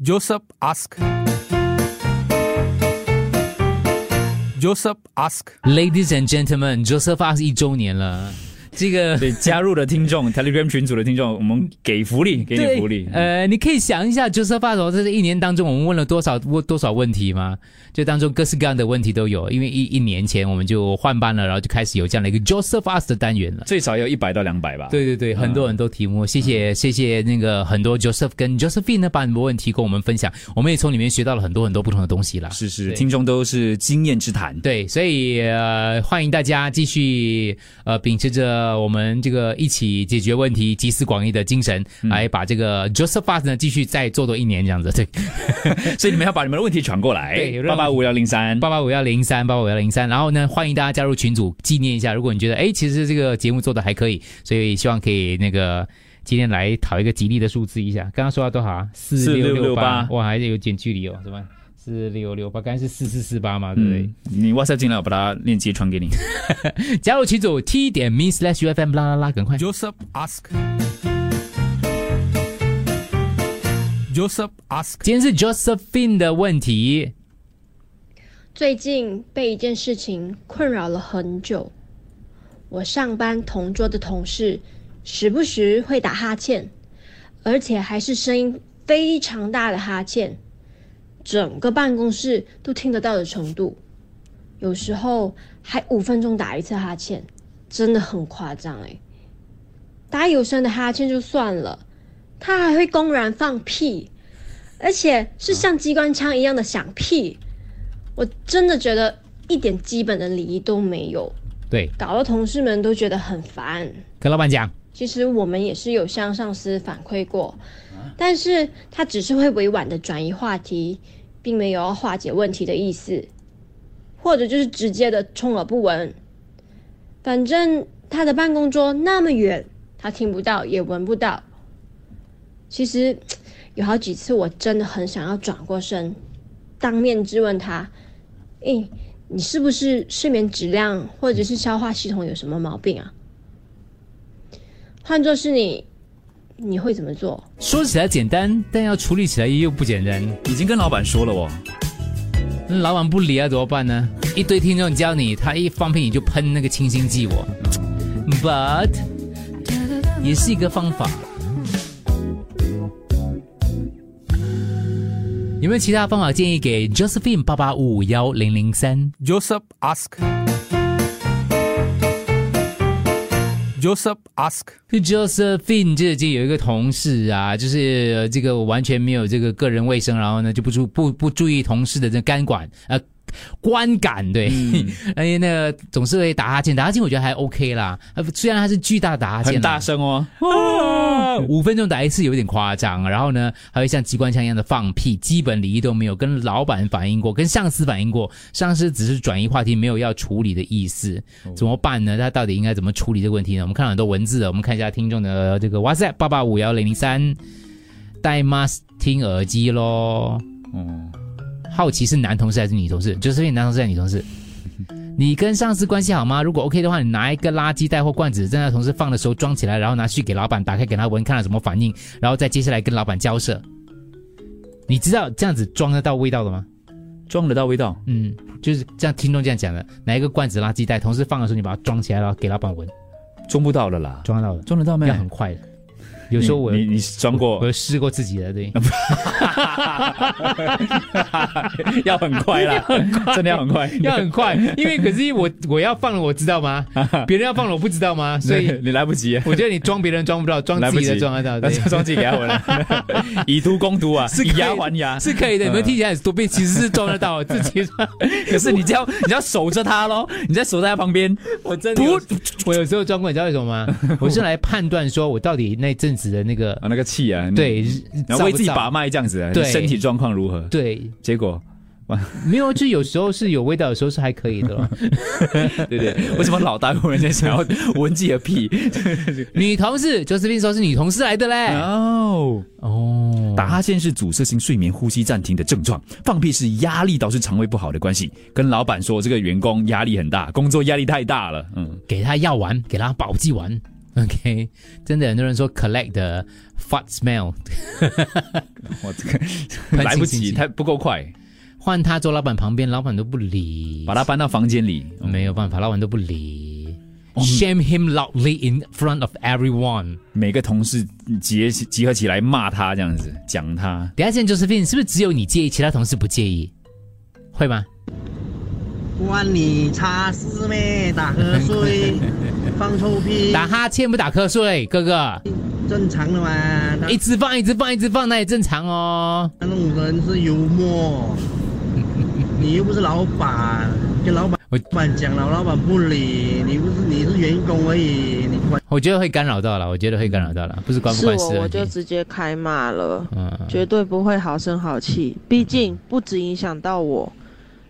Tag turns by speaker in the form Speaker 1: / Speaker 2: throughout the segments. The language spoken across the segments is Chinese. Speaker 1: Joseph asked. Joseph asked.
Speaker 2: Ladies and gentlemen, Joseph Fox 一周年了，这个。
Speaker 3: 对，加入的 听众，Telegram 群组的听众，我们给福利，给你福利。
Speaker 2: 呃，你可以想一下，Joseph Fox 在这一年当中，我们问了多少问多少问题吗？就当中各式各样的问题都有，因为一一年前我们就换班了，然后就开始有这样的一个 Joseph Fox 的单元了。
Speaker 3: 最少要一百到两百吧。
Speaker 2: 对对对，很多很多题目，谢
Speaker 3: 啊
Speaker 2: 谢谢谢那个很多 Joseph 跟 Josephine 呢，把很多问题跟我们分享，我们也从里面学到了很多很多不同的东西啦。
Speaker 3: 是是，
Speaker 2: 对
Speaker 3: 听众都是经验之谈。
Speaker 2: 对，所以呃，欢迎大家继续呃，秉持着我们这个一起解决问题、集思广益的精神，来把这个 Joseph Fast 呢继续再做多一年这样子。对，
Speaker 3: 所以你们要把你们的问题传过来
Speaker 2: 对有，任
Speaker 3: 八
Speaker 2: 何
Speaker 3: 八五幺零三。
Speaker 2: 八八五幺零三，八八五幺零三，然后呢，欢迎大家加入群组纪念一下。如果你觉得哎，其实这个节目做的还可以，所以希望可以那个。今天来讨一个吉利的数字一下，刚刚说到多少啊？四八，
Speaker 3: 4668
Speaker 2: 哇，还是有点距离哦，是吧？四六六八，刚才是四四四八嘛，对不对？
Speaker 3: 嗯，你 WhatsApp 进来，我把它链接传给你。
Speaker 2: 加入群组 t 点 me slash ufm 啦啦啦，赶快。
Speaker 1: Joseph asked. Joseph asked.
Speaker 2: 今天是 Josephine 的问题，
Speaker 4: 最近被一件事情困扰了很久。我上班同桌的同事时不时会打哈欠，而且还是声音非常大的哈欠，整个办公室都听得到的程度。有时候还五分钟打一次哈欠，真的很夸张哎。打有声的哈欠就算了，他还会公然放屁，而且是像机关枪一样的响屁。我真的觉得一点基本的礼仪都没有，
Speaker 2: 对，
Speaker 4: 搞得同事们都觉得很烦。
Speaker 2: 跟老板讲，
Speaker 4: 其实我们也是有向上司反馈过，但是他只是会委婉的转移话题，并没有要化解问题的意思，或者就是直接的充耳不闻。反正他的办公桌那么远，他听不到也闻不到。其实有好几次我真的很想要转过身，当面质问他：“诶，你是不是睡眠质量或者是消化系统有什么毛病啊？”换作是你，你会怎么做？
Speaker 2: 说起来简单，但要处理起来又不简单。
Speaker 3: 已经跟老板说了哦，
Speaker 2: 那老板不理啊，怎么办呢？一堆听众教你，他一放屁你就喷那个清新剂我，but 也是一个方法。有没有其他方法建议给 Josephine 八八五幺零零三？
Speaker 1: Joseph asked. Joseph asked.
Speaker 2: Josephine 这就有一个同事啊，就是呃这个完全没有这个个人卫生，然后呢就不注不不注意同事的这肝管呃观感，对，
Speaker 3: 嗯
Speaker 2: 而且那个总是会打哈欠，打哈欠我觉得还 OK 啦，呃虽然他是巨大的打哈欠啦，
Speaker 3: 很大声哦。
Speaker 2: 啊五分钟打一次有点夸张，然后呢，还会像机关枪一样的放屁，基本礼仪都没有，跟老板反映过，跟上司反映过，上司只是转移话题，没有要处理的意思，怎么办呢？他到底应该怎么处理这个问题呢？我们看了很多文字了，我们看一下听众的这个 WhatsApp 八八五幺零零三，戴 mask 听耳机咯。
Speaker 3: 哦，
Speaker 2: 好奇是男同事还是女同事？就是因为男同事还是女同事。你跟上司关系好吗？如果 OK 的话，你拿一个垃圾袋或罐子，在那同事放的时候装起来，然后拿去给老板打开给他闻，看他什么反应，然后再接下来跟老板交涉。你知道这样子装得到味道的吗？
Speaker 3: 装得到味道。
Speaker 2: 嗯，就是这样，听众这样讲的，拿一个罐子、垃圾袋，同事放的时候你把它装起来，然后给老板闻，
Speaker 3: 装不到了啦，
Speaker 2: 装得到的，
Speaker 3: 装得到没
Speaker 2: 要？很快的。有时候我
Speaker 3: 你你你装
Speaker 2: 我
Speaker 3: 过
Speaker 2: 有，试过自己的，对，
Speaker 3: 要很快 啦，真的要很快，
Speaker 2: 要 很快，因为可是我我要放了，我知道吗？别人要放了，我不知道吗？ 所以
Speaker 3: 你来不及，啊
Speaker 2: 我觉得你装别人装不到，装
Speaker 3: 来
Speaker 2: 自
Speaker 3: 不
Speaker 2: 己的
Speaker 3: 及，，
Speaker 2: 装得到，对
Speaker 3: 装自己给他闻了，以毒攻毒啊，
Speaker 2: 是
Speaker 3: 以
Speaker 2: 可以
Speaker 3: 牙还牙。
Speaker 2: 是可以的。你们
Speaker 3: 嗯
Speaker 2: 听起来很多遍，其实是装得到自己装。
Speaker 3: 可是你就要 你就要守着他喽，你在守在他旁边，
Speaker 2: 我真的不，我有时候装过，你知道为什么吗？我是来判断说我到底那阵子的那个
Speaker 3: 啊那个气啊，你，
Speaker 2: 对，
Speaker 3: 然后为自己
Speaker 2: 燥不
Speaker 3: 把
Speaker 2: 燥
Speaker 3: 脉这样子啊，你
Speaker 2: 对
Speaker 3: 身体状况如何？
Speaker 2: 对，
Speaker 3: 结果
Speaker 2: 没有，就有时候是有味道，有时候是还可以的咯。
Speaker 3: 对对， 为什么老大忽然间想要闻自己的屁？
Speaker 2: 女同事就是斌说是女同事来的嘞，
Speaker 3: 哦，
Speaker 2: 哦，
Speaker 3: 打哈欠是阻塞性睡眠呼吸暂停的症状，放屁是压力导致肠胃不好的关系。跟老板说这个员工压力很大，工作压力太大了，嗯，
Speaker 2: 给他药丸，给他保济丸。 OK，真的很多人说 collect the fart smell，
Speaker 3: 我这 个
Speaker 2: 清
Speaker 3: 来不
Speaker 2: 新
Speaker 3: 及，
Speaker 2: 气
Speaker 3: 太不够快，
Speaker 2: 换他坐老板旁边，老板都不理，
Speaker 3: 把它搬到房间里。
Speaker 2: 没有办法，老板都不理。Shame him loudly in front of everyone。
Speaker 3: 每个同事集集合起来骂他，这样子讲他。
Speaker 2: 等一下见 Josephine 是不是只有你介意，其他同事不介意？会吗？
Speaker 5: 关你叉事咩？打瞌睡， 放臭屁，
Speaker 2: 打哈欠不打瞌睡，哥哥，
Speaker 5: 正常的嘛。
Speaker 2: 一直放一直放一直放，那也正常哦。
Speaker 5: 那种人是幽默，你又不是老板，跟老板
Speaker 2: 我
Speaker 5: 老板讲了，老板不理你，不是你是员工而已，你管
Speaker 2: 我觉得会干扰到了，我觉得会干扰到了，不是关不
Speaker 6: 是
Speaker 2: 关事
Speaker 6: 我，
Speaker 2: 的
Speaker 6: 我
Speaker 2: 问
Speaker 6: 就
Speaker 2: 题。
Speaker 6: 直接开骂了，
Speaker 2: 嗯，
Speaker 6: 绝对不会好声好气。毕竟不只影响到我，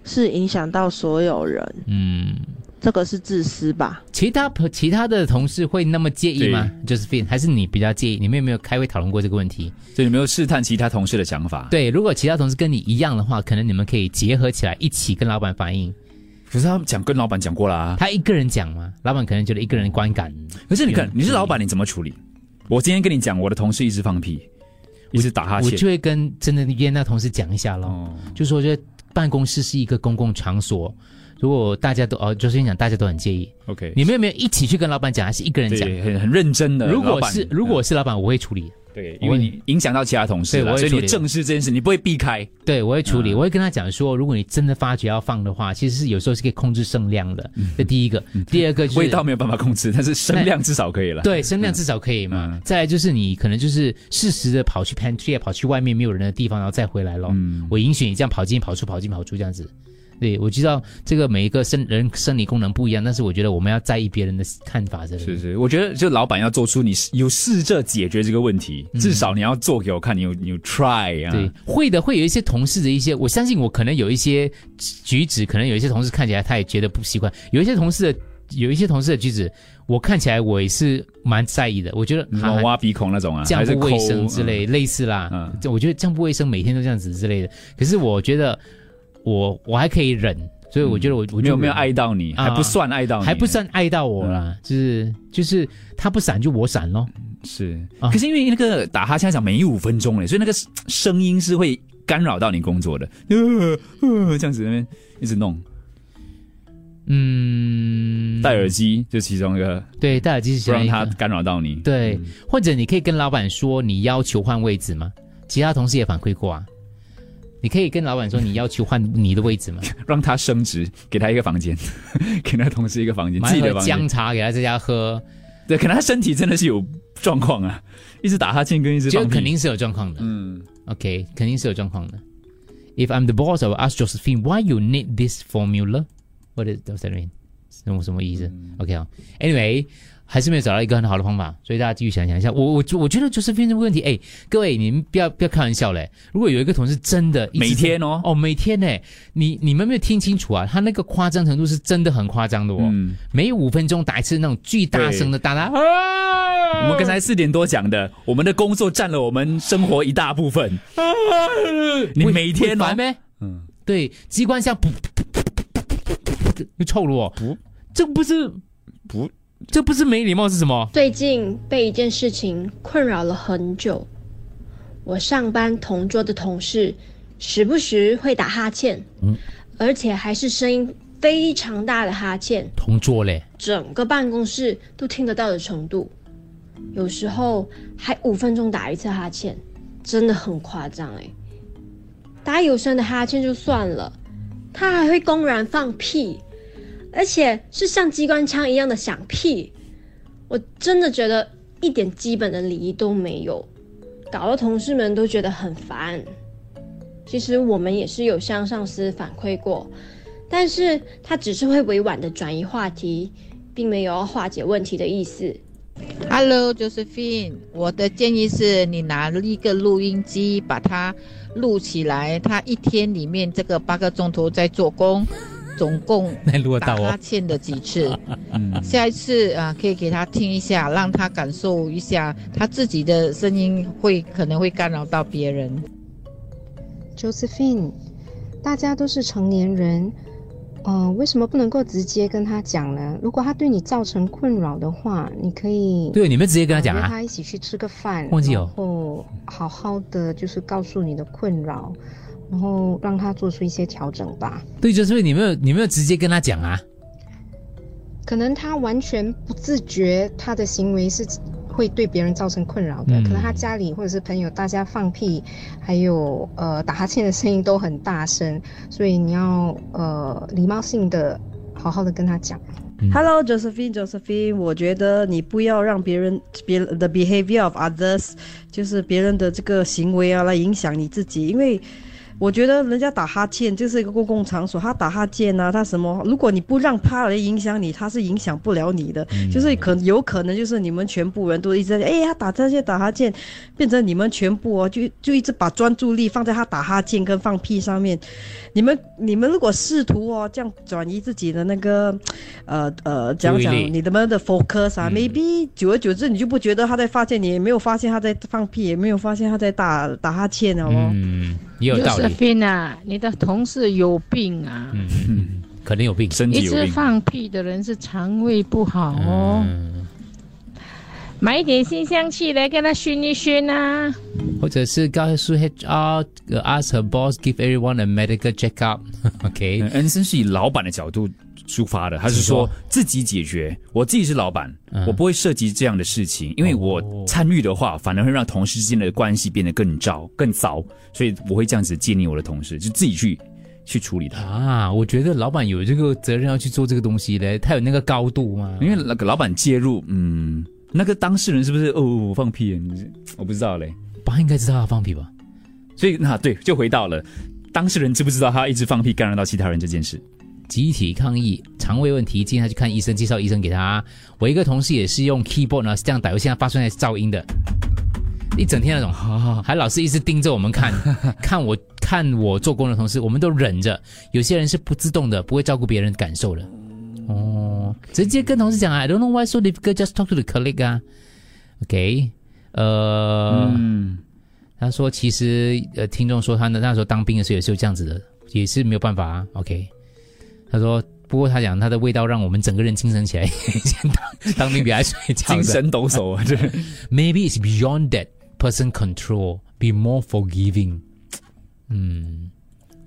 Speaker 6: 是影响到所有人，
Speaker 2: 嗯，
Speaker 6: 这个是自私吧？
Speaker 2: 其他朋其他的同事会那么介意吗？Josephine 还是你比较介意？你们有没有开会讨论过这个问题？
Speaker 3: 所以有没有试探其他同事的想法？，
Speaker 2: 对，如果其他同事跟你一样的话，可能你们可以结合起来一起跟老板反映。
Speaker 3: 可是他讲跟老板讲过啦、
Speaker 2: 他一个人讲嘛，老板可能觉得一个人观感。
Speaker 3: 可是你看
Speaker 2: 有，
Speaker 3: 你是老板，你怎么处理？我今天跟你讲，我的同事一直放屁，一直打哈
Speaker 2: 我
Speaker 3: 欠
Speaker 2: 就。会跟真的约那同事讲一下咯，
Speaker 3: 哦
Speaker 2: 就说这办公室是一个公共场所，如果大家都哦，就是先讲大家都很介意，
Speaker 3: OK，
Speaker 2: 你们有没有一起去跟老板讲，还是一个人讲？
Speaker 3: 对，很很认真的。
Speaker 2: 如
Speaker 3: 老
Speaker 2: 果
Speaker 3: 板
Speaker 2: 是如果
Speaker 3: 嗯
Speaker 2: 是老板，我会处理，
Speaker 3: 对，
Speaker 2: 我
Speaker 3: 因
Speaker 2: 会
Speaker 3: 为你影响到其他同事
Speaker 2: 对
Speaker 3: 了，
Speaker 2: 我会
Speaker 3: 所以
Speaker 2: 处
Speaker 3: 你
Speaker 2: 理
Speaker 3: 正视这件事，你不会避开。
Speaker 2: 对我会处理，
Speaker 3: 嗯
Speaker 2: 我会跟他讲说，如果你真的发觉要放的话，其实是有时候是可以控制声量的。这第一个，第二个就是
Speaker 3: 嗯味道没有办法控制，但是声量至少可以了。
Speaker 2: 对，声量至少可以嘛。
Speaker 3: 嗯
Speaker 2: 再来就是你可能就是适时的跑去 pantry 啊，跑去外面没有人的地方，然后再回来咯。
Speaker 3: 嗯
Speaker 2: 我允许你这样跑进跑出跑进跑出这样子。对，我知道这个每一个生人生理功能不一样，但是我觉得我们要在意别人的看法，真的
Speaker 3: 是是，我觉得就老板要做出你有试着解决这个问题，至少你要做给我看，你有你有 try
Speaker 2: 嗯
Speaker 3: 啊。
Speaker 2: 对，会的，会有一些同事的一些，我相信我可能有一些举止，可能有一些同事看起来他也觉得不习惯，有一些同事的有一些同事的举止，我看起来我也是蛮在意的，我觉得
Speaker 3: 什
Speaker 2: 哈
Speaker 3: 么挖鼻孔那种啊，
Speaker 2: 这样
Speaker 3: 还是
Speaker 2: 不卫
Speaker 3: 抠
Speaker 2: 生之。
Speaker 3: 嗯
Speaker 2: 类，类似啦。
Speaker 3: 嗯
Speaker 2: 这我觉得这样不卫生，每天都这样子之类的。可是我觉得我我还可以忍，所以我觉得我、我
Speaker 3: 没
Speaker 2: 就
Speaker 3: 有没有
Speaker 2: 忍
Speaker 3: 爱，到你，
Speaker 2: 啊
Speaker 3: 还不算爱到你，嗯
Speaker 2: 还不算爱到我啦，就是就是他不闪就我闪咯。
Speaker 3: 是。
Speaker 2: 啊
Speaker 3: 可是因为那个打哈欠讲每五分钟嘞，所以那个声音是会干扰到你工作的，呃呃，这样子在那边一直弄，
Speaker 2: 嗯，
Speaker 3: 戴耳机嗯就其中一个，
Speaker 2: 对戴耳机是
Speaker 3: 不
Speaker 2: 其中
Speaker 3: 让
Speaker 2: 一个
Speaker 3: 它干扰到你。
Speaker 2: 对，或者你可以跟老板说你要求换位置吗？其他同事也反馈过啊。你可以跟老板说你要求换你的位置 吗？
Speaker 3: 让他升职，给他一个房间， 给他同事一个房间，自己
Speaker 2: 买
Speaker 3: 的
Speaker 2: 盒
Speaker 3: 房
Speaker 2: 姜
Speaker 3: 间。
Speaker 2: 茶给他在家喝，
Speaker 3: 对，可能他身体真的是有状况啊，一直打哈欠跟一直
Speaker 2: 就
Speaker 3: 放屁
Speaker 2: 肯定是有状况的。
Speaker 3: 嗯
Speaker 2: OK，肯定是有状况的。If I'm the boss, I will ask Josephine why you need this formula. What is does that mean? 什么什么意思、o
Speaker 3: 嗯
Speaker 2: k 啊、Anyway，还是没有找到一个很好的方法，所以大家继续想想一下。我我就我觉得 Josephine 这个问题，哎，各位你们不要不要开玩笑嘞。如果有一个同事真的一直
Speaker 3: 每天哦
Speaker 2: 哦每天呢，你你们有没有听清楚啊，他那个夸张程度是真的很夸张的哦。
Speaker 3: 嗯，
Speaker 2: 每五分钟打一次那种巨大声的大大啊！
Speaker 3: 我们刚才四点多讲的，我们的工作占了我们生活一大部分。你
Speaker 2: 会
Speaker 3: 每天
Speaker 2: 啊会
Speaker 3: 哦
Speaker 2: 烦，呗？嗯，对，机关枪噗，又臭了哦。
Speaker 3: 不，
Speaker 2: 这不是
Speaker 3: 不，
Speaker 2: 这不是没礼貌是什么？
Speaker 4: 最近被一件事情困扰了很久。我上班同桌的同事时不时会打哈欠，而且还是声音非常大的哈欠，
Speaker 2: 同桌嘞，
Speaker 4: 整个办公室都听得到的程度。有时候还五分钟打一次哈欠，真的很夸张哎、打有声的哈欠就算了，他还会公然放屁，而且是像机关枪一样的响屁，我真的觉得一点基本的礼仪都没有，搞得同事们都觉得很烦。其实我们也是有向上司反馈过，但是他只是会委婉的转移话题，并没有要化解问题的意思。
Speaker 7: Hello Josephine，我的建议是你拿一个录音机把它录起来，他一天里面这个八个钟头在做工，总共
Speaker 2: 那如果
Speaker 7: 打
Speaker 2: 到哦
Speaker 7: 哈
Speaker 2: 我，
Speaker 7: 欠的几次，
Speaker 3: 嗯
Speaker 7: 下一次啊、可以给他听一下，让他感受一下他自己的声音会可能会干扰到别人。
Speaker 8: Josephine，大家都是成年人，嗯，为什么不能够直接跟他讲呢？如果他对你造成困扰的话，你可以
Speaker 2: 对，你们直接跟他讲
Speaker 8: 约
Speaker 2: 啊，
Speaker 8: 他一起去吃个饭，
Speaker 2: 忘记哦有
Speaker 8: 然后好好的就是告诉你的困扰，然后让他做出一些调整吧。
Speaker 2: 对，就是你没有你没有直接跟他讲啊，
Speaker 8: 可能他完全不自觉，他的行为是会对别人造成困扰的。
Speaker 2: 嗯
Speaker 8: 可能他家里或者是朋友，大家放屁，还有呃打哈欠的声音都很大声，所以你要呃礼貌性的好好的跟他讲。
Speaker 2: 嗯
Speaker 9: Hello, Josephine, Josephine，我觉得你不要让别人别人 the behavior of others，就是别人的这个行为啊，来影响你自己，因为。我觉得人家打哈欠就是一个公共场所，他打哈欠啊，他什么？如果你不让他来影响你，他是影响不了你的。
Speaker 2: 嗯
Speaker 9: 就是可有可能就是你们全部人都一直在哎呀打哈欠打哈欠，变成你们全部哦就就一直把专注力放在他打哈欠跟放屁上面。你们你们如果试图哦这样转移自己的那个呃呃讲讲
Speaker 2: 注意力
Speaker 9: 你的们的 focus 啊、
Speaker 2: 嗯
Speaker 9: m a y b e 久而久之你就不觉得他在发现你，也没有发现他在放屁，也没有发现他在打打哈欠了哦。
Speaker 2: 嗯，也有道理，
Speaker 10: Josephine 啊，你的同事有病啊！
Speaker 2: 嗯嗯，可能有病，
Speaker 3: 身体
Speaker 10: 一
Speaker 3: 有
Speaker 10: 直
Speaker 3: 病，
Speaker 10: 放屁的人是肠胃不好哦，
Speaker 2: 嗯，
Speaker 10: 买一点新香气来跟他熏一熏啊。
Speaker 2: 或者是告诉 HR uh, ask her boss give everyone a medical checkup 。OK，
Speaker 3: 嗯恩森是以老板的角度出发的，他是
Speaker 2: 请说
Speaker 3: 说自己解决，我自己是老板，
Speaker 2: 嗯
Speaker 3: 我不会涉及这样的事情，因为我参与的话，反而会让同事之间的关系变得更糟、更糟，所以我会这样子建议我的同事，就自己去去处理它。
Speaker 2: 啊，我觉得老板有这个责任要去做这个东西嘞，他有那个高度吗？
Speaker 3: 因为那个老板介入，嗯，那个当事人是不是哦我放屁？你我不知道嘞。
Speaker 2: 爸应该知道他放屁吧？
Speaker 3: 所以那、对，就回到了当事人知不知道他一直放屁干扰到其他人这件事。
Speaker 2: 集体抗议肠胃问题，建议他去看医生，介绍医生给他。我一个同事也是用 keyboard 呢，这样打游戏，他发出来是噪音的，一整天那种，还老是一直盯着我们看，看我看我做工的同事，我们都忍着。有些人是不自动的，不会照顾别人感受的。哦，直接跟同事讲啊，I don't know why so difficult, just talk to the colleague 啊。OK，呃，
Speaker 3: 嗯，
Speaker 2: 他说其实呃，听众说他那那时候当兵的时候也是有这样子的，也是没有办法啊。OK，他说不过他讲他的味道让我们整个人精神起来， 以前当当兵比他睡觉
Speaker 3: 精
Speaker 2: 的
Speaker 3: 神抖擞啊，这
Speaker 2: Maybe it's beyond that person control. Be more forgiving. 嗯，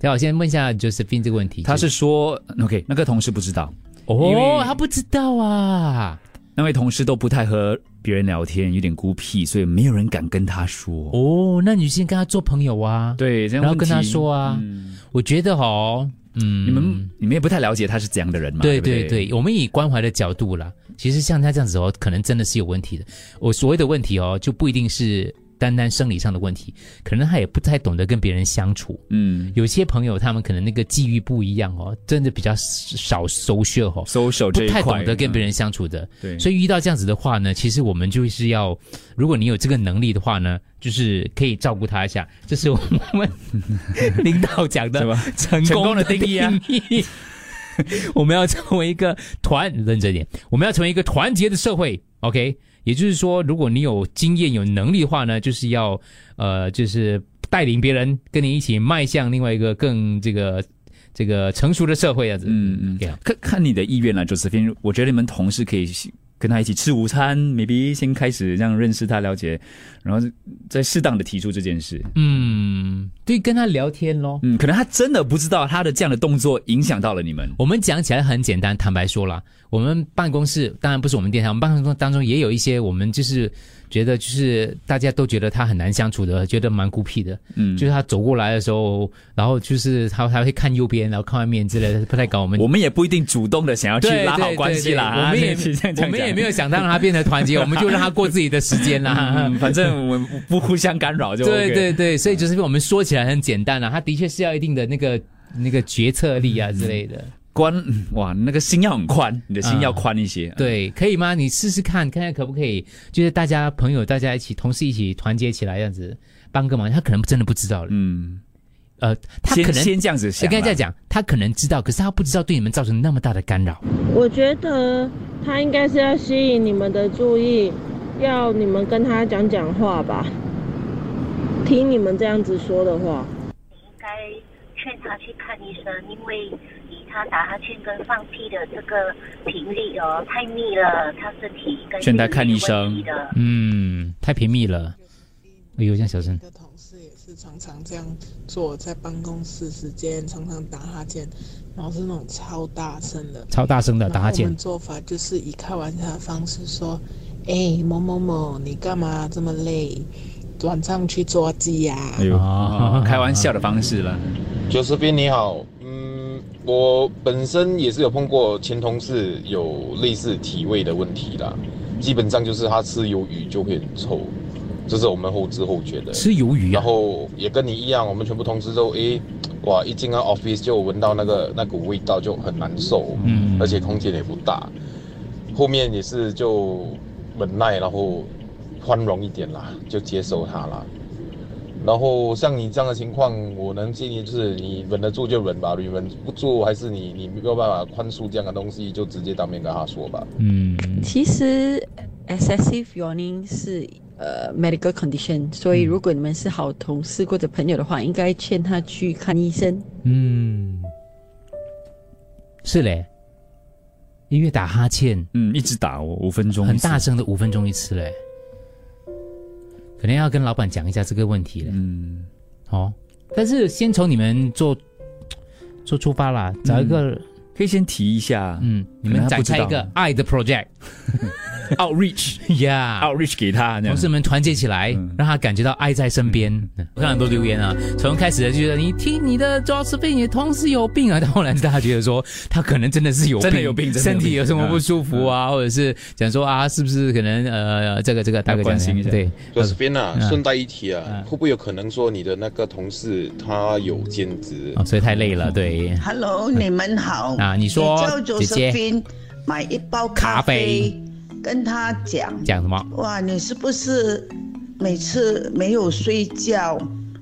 Speaker 2: 等一下我先问一下 Josephine 这个问题，
Speaker 3: 他是说 OK，那个同事不知道，因
Speaker 2: 哦
Speaker 3: 为，
Speaker 2: 他不知道啊。
Speaker 3: 那位同事都不太和别人聊天，有点孤僻，所以没有人敢跟他说。
Speaker 2: 哦，那你先跟他做朋友啊。，
Speaker 3: 对，这样
Speaker 2: 然后
Speaker 3: 问题
Speaker 2: 跟他说啊
Speaker 3: 嗯
Speaker 2: 我觉得哦，嗯，
Speaker 3: 你们你们也不太了解他是怎样的人嘛？
Speaker 2: 对
Speaker 3: 不
Speaker 2: 对对，我们以关怀的角度啦，其实像他这样子哦，可能真的是有问题的。我所谓的问题哦，就不一定是单单生理上的问题，可能他也不太懂得跟别人相处。
Speaker 3: 嗯
Speaker 2: 有些朋友他们可能那个际遇不一样哦，真的比较少 social 哦，
Speaker 3: ，social 这
Speaker 2: 不
Speaker 3: 一
Speaker 2: 太
Speaker 3: 块
Speaker 2: 懂得跟别人相处的。
Speaker 3: 嗯对，
Speaker 2: 所
Speaker 3: 以
Speaker 2: 以遇到这样子的话呢，其实我们就是要，如果你有这个能力的话呢，就是可以照顾他一下。这是我 们领导讲的
Speaker 3: 是吧
Speaker 2: 成
Speaker 3: 成
Speaker 2: 功
Speaker 3: 功的
Speaker 2: 的定
Speaker 3: 定义啊
Speaker 2: 义 我们要成为一个团，认真点，我们要成为一个团结的社会。OK，也就是说，如果你有经验、有能力的话呢，就是要呃，就是带领别人跟你一起迈向另外一个更这个这个成熟的社会这样子。啊
Speaker 3: 嗯嗯，
Speaker 2: 这样
Speaker 3: 看看你的意愿了，Josephine。我觉得你们同事可以跟他一起吃午餐，maybe 先开始这样认识他、了解，然后再适当的提出这件事。
Speaker 2: 嗯，对，跟他聊天咯。
Speaker 3: 嗯，可能他真的不知道他的这样的动作影响到了你们。
Speaker 2: 我们讲起来很简单，坦白说啦，我们办公室当然不是我们电台，我们办公室当中也有一些我们就是觉得就是大家都觉得他很难相处的，觉得蛮孤僻的。
Speaker 3: 嗯，
Speaker 2: 就是他走过来的时候，然后就是他他会看右边，然后看外面之类的，不太搞我们。
Speaker 3: 我们也不一定主动的想要去
Speaker 2: 对
Speaker 3: 拉
Speaker 2: 对
Speaker 3: 好
Speaker 2: 对
Speaker 3: 关系啦，
Speaker 2: 对我
Speaker 3: 啊
Speaker 2: 们也
Speaker 3: 那是这样
Speaker 2: 我们也没有。想到让他变得团结，我们就让他过自己的时间
Speaker 3: 这样
Speaker 2: 啦
Speaker 3: 讲嗯。反正我们不互相干扰就 OK。嗯
Speaker 2: 对对对，所以就是我们说起来很简单啦，他的确是要一定的那个那个决策力
Speaker 3: 嗯
Speaker 2: 啊之类的。
Speaker 3: 关嗯哇，那个心要很宽，你的心要宽一些。，
Speaker 2: 啊对，可以吗？你试试看，看看可不可以，就是大家朋友，大家一起，同事一起团结起来，这样子帮个忙。他可能真的不知道了，
Speaker 3: 嗯，
Speaker 2: 呃，他
Speaker 3: 先
Speaker 2: 可能
Speaker 3: 先这样子想
Speaker 2: 应该
Speaker 3: 啦。
Speaker 2: 这样讲，他可能知道，可是他不知道对你们造成那么大的干扰。
Speaker 10: 我觉得他应该是要吸引你们的注意，要你们跟他讲讲话吧。听你们这样子说的话，
Speaker 11: 该劝他去看医生，因为以他打哈欠跟放屁的这个频率哦，太密了，他身体应该
Speaker 3: 劝他看医生
Speaker 11: 的。
Speaker 2: 嗯，太频密了。哎呦，这样小
Speaker 12: 嗯
Speaker 2: 声。
Speaker 13: 是常常这样做，在办公室时间常常打哈欠，然后是那种超大声的，
Speaker 2: 超大声的
Speaker 13: 然后
Speaker 2: 打哈欠
Speaker 13: 我们做法就是以开玩笑的方式说：“哎、某某某，你干嘛这么累？晚上去啊捉鸡呀、
Speaker 3: 哎呦，
Speaker 2: 啊
Speaker 3: 开玩笑的方式了。
Speaker 12: 就是斌你好，嗯，我本身也是有碰过前同事有类似体味的问题啦，基本上就是他吃鱿鱼就会很臭，这是我们后知后觉的。
Speaker 2: 吃鱿鱼啊
Speaker 12: 然后也跟你一样，我们全部同事都诶，哇，一进到 office 就闻到那个那股味道就很难受，
Speaker 2: 嗯
Speaker 12: 而且空间也不大，后面也是就忍耐，然后宽容一点啦，就接受它啦。然后像你这样的情况，我能建议就是你忍得住就忍吧，你忍不住还是你你没有办法宽恕这样的东西，就直接当面跟他说吧。
Speaker 2: 嗯，
Speaker 14: 其实 excessive yawning 是呃 medical condition，所以如果你们是好同事或者朋友的话，应该劝他去看医生。
Speaker 2: 嗯，是嘞，因为打哈欠，
Speaker 3: 嗯，一直打我五分钟，
Speaker 2: 很大声的五分钟一次嘞，可能要跟老板讲一下这个问题嘞。
Speaker 3: 嗯，
Speaker 2: 哦，但是先从你们做做出发啦，找一个、
Speaker 3: 可以先提一下，
Speaker 2: 嗯，你们展开一个爱的 project outreach，yeah，outreach
Speaker 3: 给他，
Speaker 2: 啊同事们团结起来，
Speaker 3: 嗯
Speaker 2: 让他感觉到爱在身边。我看很多留言啊，从开始的就觉得你听你的 Josephine，你的同事有病啊， 到后来大家觉得说他可能真的是有病，
Speaker 3: 真的有病真的有
Speaker 2: 身体
Speaker 3: 病嗯
Speaker 2: 有什么不舒服啊，或者是讲说啊，是不是可能呃这个这个大概
Speaker 12: 关心一下
Speaker 2: 对，
Speaker 12: Josephine 啊，
Speaker 2: 嗯
Speaker 12: 顺带一提啊，会不会有可能说你的那个同事他有兼职？
Speaker 2: 哦，所以太累了，对。
Speaker 15: Hello，你们好
Speaker 2: 啊你说
Speaker 15: 你叫
Speaker 2: 姐姐
Speaker 15: Josephine 买一包咖
Speaker 2: 咖啡
Speaker 15: 啡，跟她讲，
Speaker 2: 讲什么？
Speaker 15: 哇，你是不是每次没有睡觉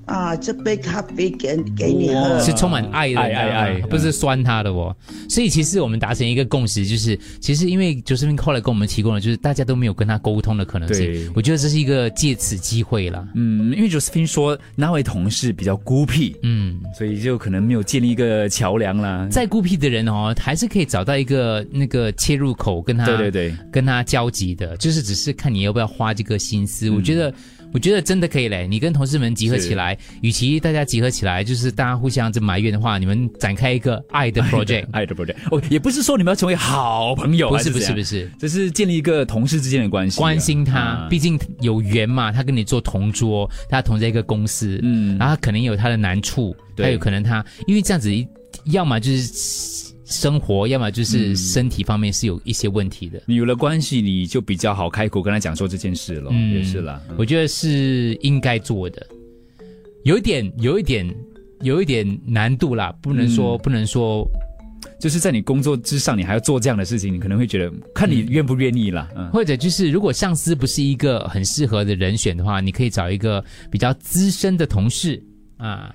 Speaker 15: 啊？这杯咖啡给给哎你喝，
Speaker 2: 是充满爱的，
Speaker 3: 爱爱爱
Speaker 2: 不是酸他的哦。所以其实我们达成一个共识，就是其实因为 Josephine 后来跟我们提供了，就是大家都没有跟他沟通的可能
Speaker 3: 对
Speaker 2: 性。我觉得这是一个借此机会啦。
Speaker 3: 嗯，因为 Josephine 说那位同事比较孤僻，
Speaker 2: 嗯，
Speaker 3: 所以就可能没有建立一个桥梁啦。
Speaker 2: 再孤僻的人哦，还是可以找到一个那个切入口，跟他
Speaker 3: 对对对，
Speaker 2: 跟他交集的，就是只是看你要不要花这个心思。
Speaker 3: 嗯
Speaker 2: 我觉得，我觉得真的可以嘞。你跟同事们集合起来，与其大家集合起来，就是大家互相这埋怨的话，你们展开一个爱 的 project，
Speaker 3: 爱的 project。哦，也不是说你们要成为好朋友，
Speaker 2: 不
Speaker 3: 还
Speaker 2: 是
Speaker 3: 是啊
Speaker 2: 不是
Speaker 3: 怎样
Speaker 2: 不是，
Speaker 3: 只是建立一个同事之间的关系啊，
Speaker 2: 关心他
Speaker 3: 啊，
Speaker 2: 毕竟有缘嘛，他跟你做同桌，他同在一个公司，
Speaker 3: 嗯，
Speaker 2: 然后他可能有他的难处，
Speaker 3: 对
Speaker 2: 他有可能他因为这样子，要么就是生活，要么
Speaker 3: 嗯
Speaker 2: 就是身体方面是有一些问题的。
Speaker 3: 你有了关系，你就比较好开口跟他讲说这件事了，
Speaker 2: 嗯
Speaker 3: 也是啦。
Speaker 2: 我觉得是应该做的，有一点，有一点，有一点难度啦，不能说、
Speaker 3: 嗯
Speaker 2: 不能说，
Speaker 3: 就是在你工作之上，你还要做这样的事情，你可能会觉得看你愿不愿意啦。嗯，
Speaker 2: 或者就是如果上司不是一个很适合的人选的话，你可以找一个比较资深的同事啊。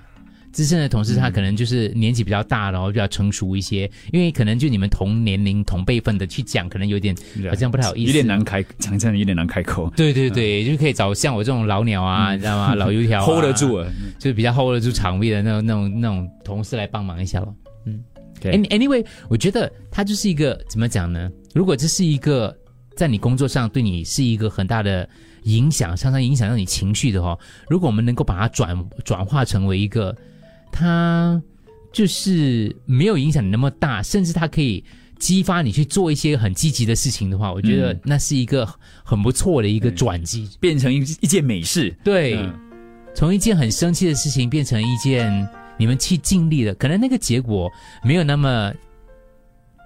Speaker 2: 资深的同
Speaker 3: 嗯
Speaker 2: 事，他可能就是年纪比较大，然后比较成熟一些，因为可能就你们同年龄、同辈分的去讲，可能有点好像不太好意思，
Speaker 3: 啊有点难嗯开，讲真的有点难开口。
Speaker 2: 对对对，就可以找像我这种老鸟啊，
Speaker 3: 嗯
Speaker 2: 你知道吗？老油 条、啊、
Speaker 3: hold 得住啊，
Speaker 2: 就是比较 hold 得住场面的那种、那种、那种同事来帮忙一下咯。嗯
Speaker 3: OK
Speaker 2: ，any anyway，我觉得它就是一个怎么讲呢？如果这是一个在你工作上对你是一个很大的影响，常常影响到你情绪的哦，如果我们能够把它转转化成为一个它就是没有影响你那么大，甚至它可以激发你去做一些很积极的事情的话，我觉得
Speaker 3: 嗯
Speaker 2: 那是一个很不错的一个转机，
Speaker 3: 变成一一件美事。
Speaker 2: 对
Speaker 3: 嗯，
Speaker 2: 从一件很生气的事情变成一件你们去尽力了，可能那个结果没有那么，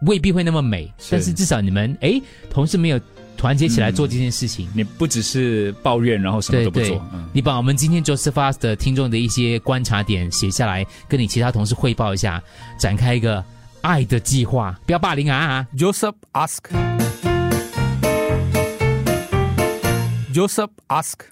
Speaker 2: 未必会那么美，但是至少你们哎，同事没有团结起来做这件事情，
Speaker 3: 你不只是抱怨，然后什么
Speaker 2: 对
Speaker 3: 都不
Speaker 2: 对
Speaker 3: 做。嗯，
Speaker 2: 你把我们今天 Joseph Fast 的听众的一些观察点写下来，跟你其他同事汇报一下，展开一个爱的计划，不要霸凌啊啊
Speaker 1: Joseph ask. Joseph ask.